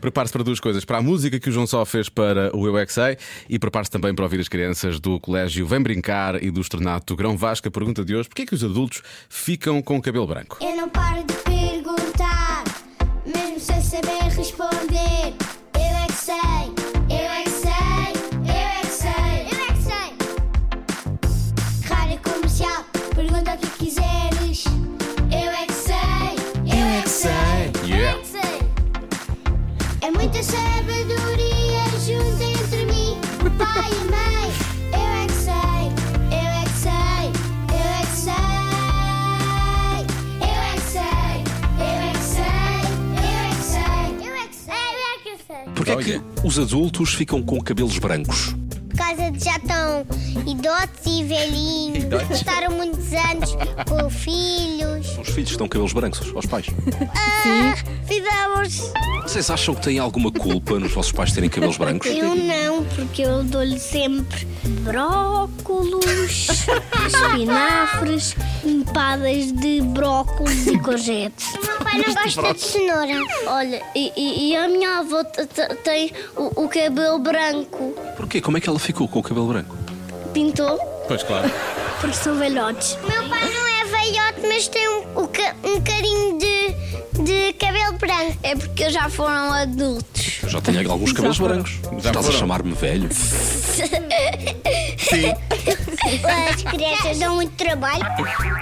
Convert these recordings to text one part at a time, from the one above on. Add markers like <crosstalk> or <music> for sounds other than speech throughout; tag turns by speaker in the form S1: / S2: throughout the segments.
S1: Prepare-se para duas coisas: para a música que o João Só fez para o Eu é Que Sei e prepare-se também para ouvir as crianças do Colégio Vem Brincar e do Estrenato Grão Vasco. A pergunta de hoje: porquê é que os adultos ficam com o cabelo branco?
S2: Eu não paro de perguntar, mesmo sem saber responder. Eu é que sei, eu é que sei, eu é que sei, eu é que sei. Rádio é comercial, pergunta o que quiseres. Eu é que sei, eu é que sei,
S1: Yeah.
S2: eu é que sei. É muita sabedoria junto entre mim, pai e mãe. Eu é que sei, eu é que sei, eu é que sei. Eu é que sei, eu é que sei, eu é que sei. Eu é que sei, eu é que sei.
S3: Porquê é
S1: Olha.
S3: que os adultos ficam com cabelos brancos?
S2: Por causa de já estão idosos e velhinhos,
S3: Idosos.
S2: passaram muitos anos com filhos. Ah,
S3: Os filhos estão cabelos brancos aos pais.
S2: Fizemos.
S3: Vocês acham que têm alguma culpa nos vossos pais terem cabelos brancos?
S2: é Eu não, porque eu dou-lhe sempre brócolos, espinafres, empadas de brócolos e courgettes. O <laughs> meu pai não gosta de cenoura. Olha, e, e- e a minha avó t- t- tem o, o cabelo branco.
S3: Porquê? Como é que ela ficou com o cabelo branco?
S2: Pintou?
S1: Pois claro.
S2: Porque são velhotes. Meu pai não é velhote, mas tem um, um ca- um carinho de, de cabelo branco. É porque já foram adultos.
S3: Eu já tenho alguns cabelos
S4: foram.
S3: brancos.
S1: Já
S3: Estás a
S1: foram.
S3: chamar-me velho?
S2: <laughs> As crianças dão muito trabalho.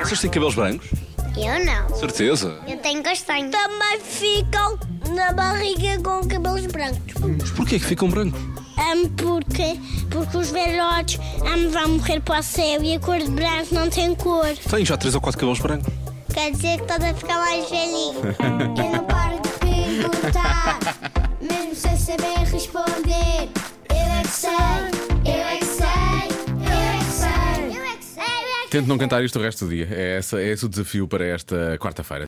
S3: Vocês têm cabelos brancos?
S2: Eu não.
S3: Certeza.
S2: Eu tenho castanho. Também ficam na barriga com cabelos brancos.
S3: Mas porquê que ficam brancos?
S2: Amo porque, porque os velhotes amo vão morrer para o céu e a cor de branco não tem cor.
S3: Tenho já três ou quatro cabelos brancos.
S2: Quer dizer que estás a ficar mais velhinho. Eu não paro de perguntar, mesmo sem saber responder. Eu é que sei, eu é que sei, eu é que sei, eu é que sei.
S1: Tente não cantar isto o resto do dia. É, essa, é esse o desafio para esta quarta-feira.